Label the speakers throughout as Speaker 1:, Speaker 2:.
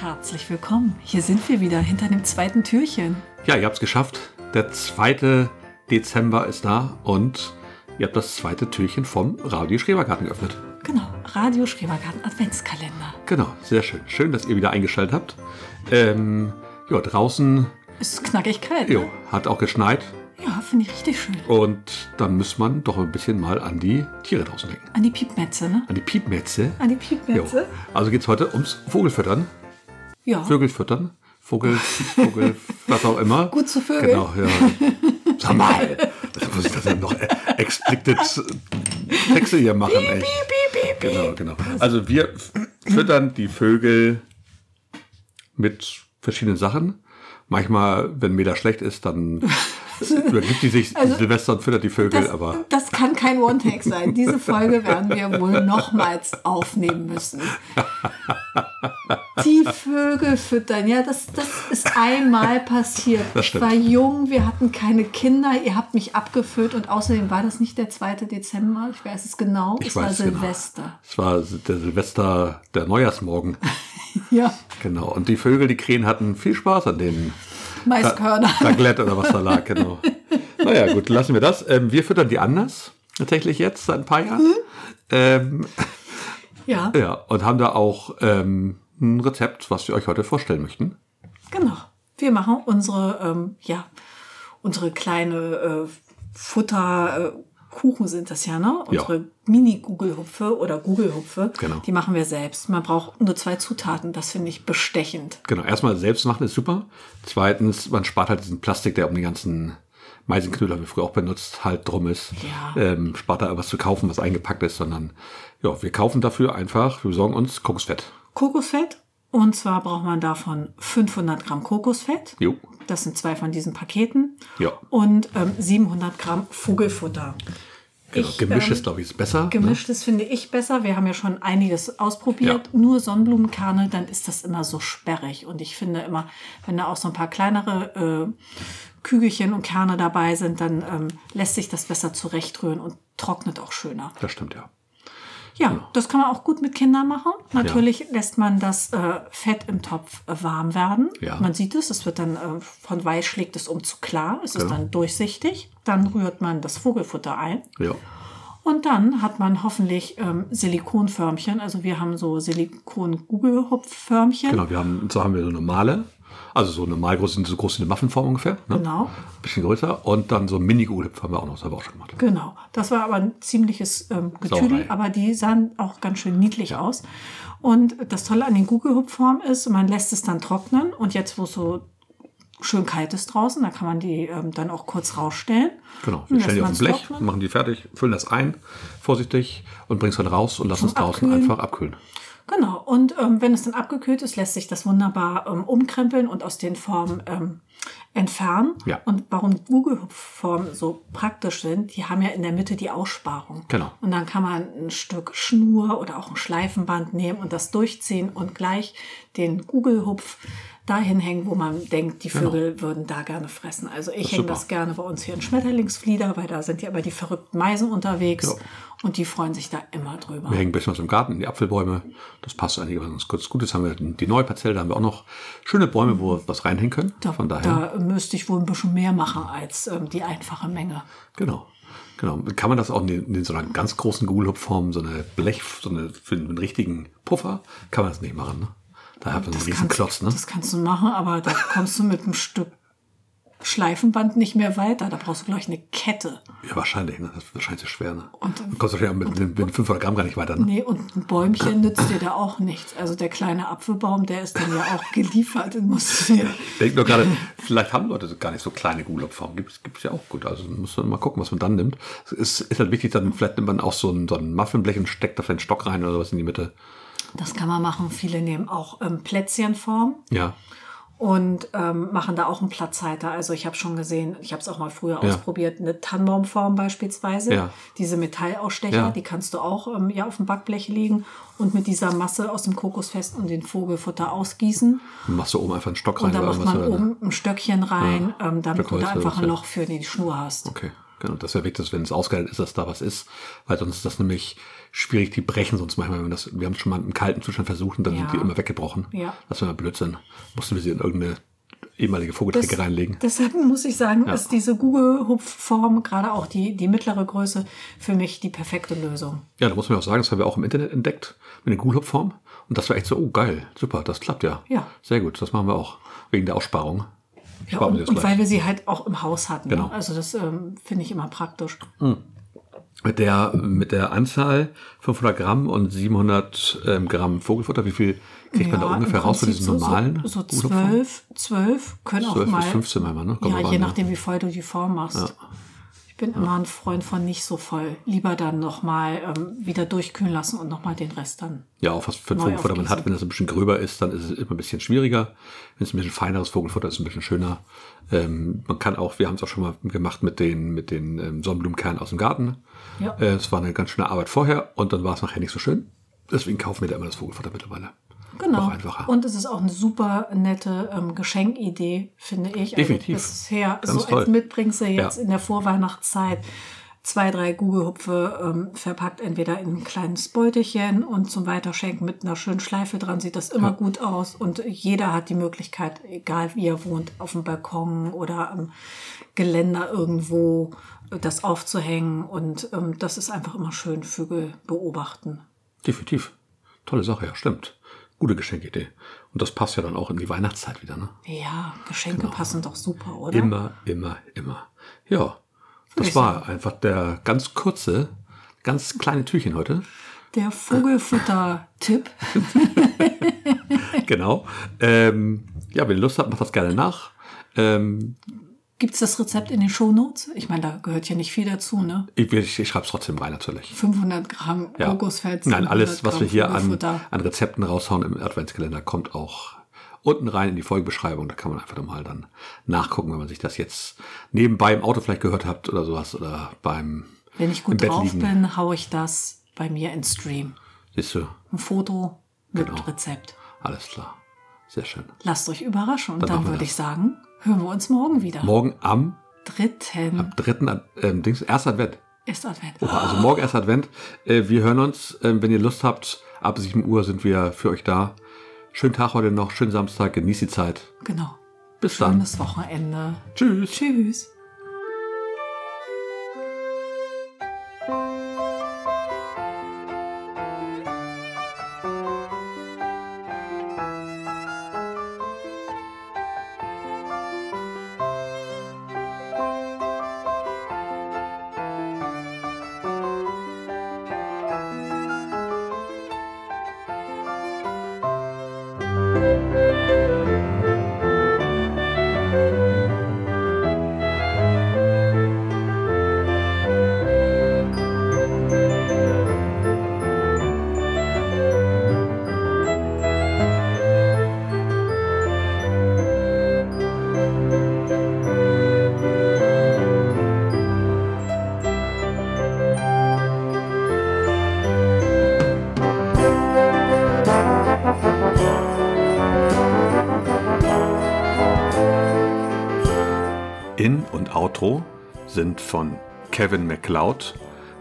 Speaker 1: Herzlich willkommen. Hier sind wir wieder hinter dem zweiten Türchen.
Speaker 2: Ja, ihr habt es geschafft. Der 2. Dezember ist da und ihr habt das zweite Türchen vom Radio Schrebergarten geöffnet.
Speaker 1: Genau, Radio Schrebergarten Adventskalender.
Speaker 2: Genau, sehr schön. Schön, dass ihr wieder eingeschaltet habt. Ähm, ja, draußen
Speaker 1: Ist knackig kalt.
Speaker 2: jo,
Speaker 1: Ne?
Speaker 2: hat auch geschneit
Speaker 1: Ja, finde ich richtig schön.
Speaker 2: und da muss man doch ein bisschen mal an die Tiere draußen denken.
Speaker 1: An die Piepmetze, ne?
Speaker 2: An die Piepmätze.
Speaker 1: An die
Speaker 2: Jo.
Speaker 1: Piepmetze?
Speaker 2: Also geht's heute ums Vogelfüttern.
Speaker 1: Ja.
Speaker 2: Vögel füttern. Vogel, Vogel, was auch immer.
Speaker 1: Gut zu Vögeln.
Speaker 2: Genau, ja. Sag mal, das muss ich das dann noch äh, explicit Texte hier machen, ey. Genau, genau. Also wir f- füttern die Vögel mit verschiedenen Sachen. Manchmal, wenn mir das schlecht ist, dann übergibt die sich Silvester und füttert die Vögel,
Speaker 1: Also Das,
Speaker 2: aber
Speaker 1: das kann kein One-Take sein. Diese Folge werden wir wohl nochmals aufnehmen müssen. Die Vögel füttern, ja, das, das ist einmal passiert.
Speaker 2: Das stimmt.
Speaker 1: Ich war jung, wir hatten keine Kinder, ihr habt mich abgefüllt und außerdem war das nicht der 2. Dezember, ich weiß es genau,
Speaker 2: ich
Speaker 1: es
Speaker 2: weiß
Speaker 1: war
Speaker 2: es
Speaker 1: Silvester.
Speaker 2: Genau. Es war der Silvester, der Neujahrsmorgen.
Speaker 1: Ja,
Speaker 2: Genau. Und die Vögel, die Krähen hatten viel Spaß an den
Speaker 1: Maiskörner.
Speaker 2: Raclette oder was da lag, genau. Naja, gut, lassen wir das. Ähm, wir füttern die anders, tatsächlich jetzt, seit ein paar Jahren.
Speaker 1: Mhm.
Speaker 2: Ähm,
Speaker 1: Ja,
Speaker 2: ja, und haben da auch ähm, ein Rezept, was wir euch heute vorstellen möchten.
Speaker 1: genau. Wir machen unsere, ähm, ja, unsere kleine äh, Futter. Äh, Kuchen sind das ja, ne?
Speaker 2: Ja.
Speaker 1: Unsere Mini-Gugelhupfe oder Gugelhupfe,
Speaker 2: Genau.
Speaker 1: die machen wir selbst. Man braucht nur zwei Zutaten, das finde ich bestechend.
Speaker 2: Genau, erstmal selbst machen ist super. Zweitens, man spart halt diesen Plastik, der um den ganzen Meisenknödel, haben wir früher auch benutzt, halt drum ist.
Speaker 1: Ja.
Speaker 2: Ähm, spart da was zu kaufen, was eingepackt ist, sondern ja, wir kaufen dafür einfach, wir besorgen uns Kokosfett.
Speaker 1: Kokosfett, und zwar braucht man davon 500 Gramm Kokosfett.
Speaker 2: Jo.
Speaker 1: Das sind zwei von diesen Paketen.
Speaker 2: Ja.
Speaker 1: Und ähm, 700 Gramm Vogelfutter.
Speaker 2: Genau.
Speaker 1: Ich,
Speaker 2: Gemisch
Speaker 1: ähm,
Speaker 2: ist, glaube ich, ist besser. ne?
Speaker 1: Gemischtes finde ich besser. Wir haben ja schon einiges ausprobiert. Nur Sonnenblumenkerne, dann ist das immer so sperrig. Und ich finde immer, wenn da auch so ein paar kleinere äh, Kügelchen und Kerne dabei sind, dann ähm, lässt sich das besser zurechtrühren und trocknet auch schöner.
Speaker 2: Das stimmt, ja.
Speaker 1: Ja, das kann man auch gut mit Kindern machen. Natürlich lässt man das äh, Fett im Topf äh, warm werden.
Speaker 2: Ja.
Speaker 1: Man sieht es, es wird dann äh, von weiß schlägt es um zu klar. Es
Speaker 2: Genau.
Speaker 1: ist dann durchsichtig. Dann rührt man das Vogelfutter ein.
Speaker 2: Ja.
Speaker 1: Und dann hat man hoffentlich ähm, Silikonförmchen. Also wir haben so Silikon-Google-Hupfförmchen.
Speaker 2: Genau, wir haben, so haben wir so normale, also so normal groß sind so groß wie eine Muffinform ungefähr. Ne?
Speaker 1: Genau.
Speaker 2: Ein bisschen größer. Und dann so mini gulip haben wir auch noch, das haben wir auch schon gemacht.
Speaker 1: Genau. Das war aber ein ziemliches ähm, Getüdel,
Speaker 2: Sauerei.
Speaker 1: aber die sahen auch ganz schön niedlich aus. Und das Tolle an den Google-Hupfformen ist, man lässt es dann trocknen und jetzt, wo es so schön kalt ist draußen, da kann man die ähm, dann auch kurz rausstellen.
Speaker 2: Genau,
Speaker 1: Und
Speaker 2: wir stellen die auf ein
Speaker 1: lässt man's
Speaker 2: Blech,
Speaker 1: trocknen.
Speaker 2: machen die fertig, füllen das ein, vorsichtig und bringen es dann raus und lassen es draußen
Speaker 1: Abkühlen.
Speaker 2: einfach abkühlen.
Speaker 1: Genau. Und ähm, wenn es dann abgekühlt ist, lässt sich das wunderbar ähm, umkrempeln und aus den Formen ähm, entfernen.
Speaker 2: Ja.
Speaker 1: Und warum Google-Formen so praktisch sind, die haben ja in der Mitte die Aussparung.
Speaker 2: Genau.
Speaker 1: Und dann kann man ein Stück Schnur oder auch ein Schleifenband nehmen und das durchziehen und gleich den Google-Hupf dahin hängen, wo man denkt, die Vögel würden da gerne fressen. Also ich
Speaker 2: ist
Speaker 1: hänge
Speaker 2: Genau. super.
Speaker 1: das gerne bei uns hier in Schmetterlingsflieder, weil da sind ja immer die verrückten Meisen unterwegs
Speaker 2: Ja.
Speaker 1: und die freuen sich da immer drüber.
Speaker 2: Wir hängen ein bisschen was im Garten, in die Apfelbäume. Das passt einigermaßen kurz gut. Jetzt haben wir die neue Parzelle, da haben wir auch noch schöne Bäume, wo wir was reinhängen können.
Speaker 1: Da,
Speaker 2: Von daher.
Speaker 1: da müsste ich wohl ein bisschen mehr machen als ähm, die einfache Menge.
Speaker 2: Genau. Genau. Kann man das auch in, den- in so einer ganz großen Google-Hub-Form, so eine Blech, so eine, für einen richtigen Puffer, kann man das nicht machen, ne? Da hat man so einen riesen
Speaker 1: kannst,
Speaker 2: Klotz, ne?
Speaker 1: das kannst du machen, aber da kommst du mit einem Stück Schleifenband nicht mehr weiter. Da brauchst du gleich eine Kette.
Speaker 2: Ja, wahrscheinlich, ne? Das ist wahrscheinlich sehr schwer, ne? Und, du kommst wahrscheinlich auch mit, mit, mit 500 Gramm gar nicht weiter, ne?
Speaker 1: Nee, und ein Bäumchen nützt dir da auch nichts. Also der kleine Apfelbaum, der ist dann ja auch geliefert. Den musst du dir
Speaker 2: Ich denke nur gerade, vielleicht haben Leute so gar nicht so kleine Google-Hub-Formen. Gibt es ja auch gut. Also muss man mal gucken, was man dann nimmt. Es ist, ist halt wichtig, dann vielleicht nimmt man auch so ein, so ein Muffinblech und steckt da vielleicht einen Stock rein oder was in die Mitte.
Speaker 1: das kann man machen. Viele nehmen auch ähm, Plätzchenform.
Speaker 2: Ja.
Speaker 1: und ähm, machen da auch einen Platzhalter. Also ich habe schon gesehen, ich habe es auch mal früher
Speaker 2: Ja.
Speaker 1: ausprobiert, eine Tannenbaumform beispielsweise.
Speaker 2: Ja.
Speaker 1: Diese Metallausstecher,
Speaker 2: Ja.
Speaker 1: die kannst du auch ähm, ja, auf dem Backblech legen und mit dieser Masse aus dem Kokosfest und den Vogelfutter ausgießen.
Speaker 2: Dann machst du oben einfach einen Stock rein
Speaker 1: Und da
Speaker 2: oder
Speaker 1: macht
Speaker 2: irgendwas.
Speaker 1: man
Speaker 2: oder, ne?
Speaker 1: oben ein Stöckchen rein, ähm, damit du
Speaker 2: Stück
Speaker 1: da
Speaker 2: Holz oder
Speaker 1: einfach
Speaker 2: was,
Speaker 1: ein
Speaker 2: ja.
Speaker 1: Loch für die Schnur hast.
Speaker 2: Okay. Genau, das erweckt es, wenn es ausgehalten ist, dass da was ist. Weil sonst ist das nämlich schwierig, die brechen sonst manchmal, wenn wir das, wir haben es schon mal im kalten Zustand versucht und dann
Speaker 1: Ja.
Speaker 2: sind die immer weggebrochen.
Speaker 1: Ja.
Speaker 2: Das war immer Blödsinn. Mussten wir sie in irgendeine ehemalige Vogelträge
Speaker 1: Das-
Speaker 2: reinlegen.
Speaker 1: Deshalb muss ich sagen, ist diese Google-Hupfform, gerade auch die, die mittlere Größe, für mich die perfekte Lösung.
Speaker 2: Ja, da muss man auch sagen, das haben wir auch im Internet entdeckt, mit der Gulhopfform. Und das war echt so, oh geil, super, das klappt ja.
Speaker 1: Ja.
Speaker 2: Sehr gut, das machen wir auch. Wegen der Aussparung.
Speaker 1: Ja,
Speaker 2: Sparen
Speaker 1: und,
Speaker 2: wir das
Speaker 1: und
Speaker 2: gleich.
Speaker 1: weil wir sie halt auch im Haus hatten.
Speaker 2: Genau.
Speaker 1: Ne? Also das ähm, finde ich immer praktisch.
Speaker 2: Mit der, mit der Anzahl 500 Gramm und 700 ähm, Gramm Vogelfutter, wie viel kriegt man da
Speaker 1: Ja, im
Speaker 2: ungefähr raus von
Speaker 1: Prinzip
Speaker 2: diesen
Speaker 1: so-
Speaker 2: normalen?
Speaker 1: So, so
Speaker 2: Gulhopfformen?
Speaker 1: zwölf, zwölf können auch
Speaker 2: 12
Speaker 1: mal.
Speaker 2: bis 15 manchmal, ne? Kommt
Speaker 1: ja,
Speaker 2: drauf
Speaker 1: je
Speaker 2: an, ne?
Speaker 1: nachdem, wie voll du die Form machst. Ich bin immer ein Freund von nicht so voll. Lieber dann nochmal ähm, wieder durchkühlen lassen und nochmal den Rest dann.
Speaker 2: Ja, auch was für ein
Speaker 1: Neu
Speaker 2: Vogelfutter man
Speaker 1: aufgießen.
Speaker 2: hat. Wenn das ein bisschen gröber ist, dann ist es immer ein bisschen schwieriger. Wenn es ein bisschen feineres Vogelfutter ist, ist es ein bisschen schöner. Ähm, man kann auch, wir haben es auch schon mal gemacht mit den, mit den ähm, Sonnenblumenkernen aus dem Garten.
Speaker 1: Ja.
Speaker 2: Äh, Es war eine ganz schöne Arbeit vorher und dann war es nachher nicht so schön. Deswegen kaufen wir da immer das Vogelfutter mittlerweile.
Speaker 1: Genau.
Speaker 2: Noch einfacher.
Speaker 1: Und es ist auch eine super nette ähm, Geschenkidee, finde ich.
Speaker 2: Definitiv.
Speaker 1: Also bisher,
Speaker 2: Ganz
Speaker 1: so
Speaker 2: toll.
Speaker 1: als Mitbringsel jetzt
Speaker 2: Ja.
Speaker 1: in der Vorweihnachtszeit, zwei, drei Gugelhupfe ähm, verpackt, entweder in ein kleines Beutelchen und zum Weiterschenken mit einer schönen Schleife dran, sieht das immer gut aus. Und jeder hat die Möglichkeit, egal wie er wohnt, auf dem Balkon oder am Geländer irgendwo äh, das aufzuhängen. Und ähm, das ist einfach immer schön, Vögel beobachten.
Speaker 2: Definitiv. Tolle Sache, ja, stimmt. Gute Geschenkidee. Und das passt ja dann auch in die Weihnachtszeit wieder, ne?
Speaker 1: Ja, Geschenke
Speaker 2: Genau.
Speaker 1: passen doch super, oder?
Speaker 2: Immer, immer, immer. Ja, das
Speaker 1: ich
Speaker 2: war einfach der ganz kurze, ganz kleine Türchen heute.
Speaker 1: Der Vogelfutter-Tipp.
Speaker 2: Genau. Ähm, ja, wenn ihr Lust habt, macht das gerne nach. Ähm,
Speaker 1: Gibt es das Rezept in den Shownotes? Ich meine, da gehört ja nicht viel dazu, ne?
Speaker 2: ich ich, ich schreibe es trotzdem rein, natürlich.
Speaker 1: 500 Gramm
Speaker 2: Ja.
Speaker 1: Kokosfeld.
Speaker 2: Nein, alles,
Speaker 1: 700
Speaker 2: was wir
Speaker 1: Gramm
Speaker 2: hier an,
Speaker 1: Vogelfutter.
Speaker 2: an Rezepten raushauen im Adventskalender, kommt auch unten rein in die Folgebeschreibung. Da kann man einfach nochmal dann nachgucken, wenn man sich das jetzt nebenbei im Auto vielleicht gehört habt oder sowas oder beim
Speaker 1: Wenn ich
Speaker 2: im
Speaker 1: gut
Speaker 2: Bett
Speaker 1: drauf
Speaker 2: liegen.
Speaker 1: bin, haue ich das bei mir in Stream.
Speaker 2: Siehst du,
Speaker 1: Ein Foto mit
Speaker 2: Genau.
Speaker 1: Rezept.
Speaker 2: alles klar. Sehr schön.
Speaker 1: Lasst euch überraschen. Und
Speaker 2: Dann
Speaker 1: dann,
Speaker 2: machen wir
Speaker 1: würde
Speaker 2: das.
Speaker 1: ich sagen, hören wir uns morgen wieder.
Speaker 2: Morgen am
Speaker 1: Dritten
Speaker 2: dritten Ad- ähm, Dings, erster Advent.
Speaker 1: ist Advent.
Speaker 2: Oha, also morgen erst Advent. Äh, wir hören uns. Ähm, wenn ihr Lust habt, ab 7 Uhr sind wir für euch da. Schönen Tag heute noch, schönen Samstag, genießt die Zeit.
Speaker 1: Genau.
Speaker 2: Bis dann.
Speaker 1: Schönes Wochenende.
Speaker 2: Tschüss.
Speaker 1: Tschüss.
Speaker 2: In- und Outro sind von Kevin MacLeod.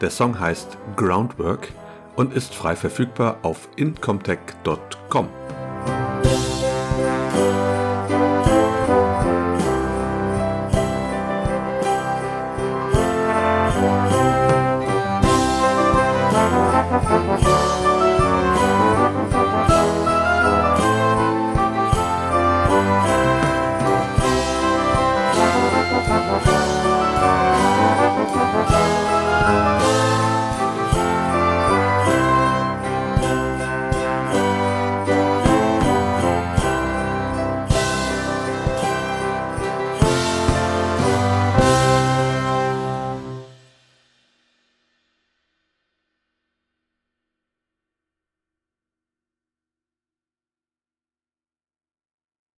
Speaker 2: Der Song heißt Groundwork und ist frei verfügbar auf incomtech.com.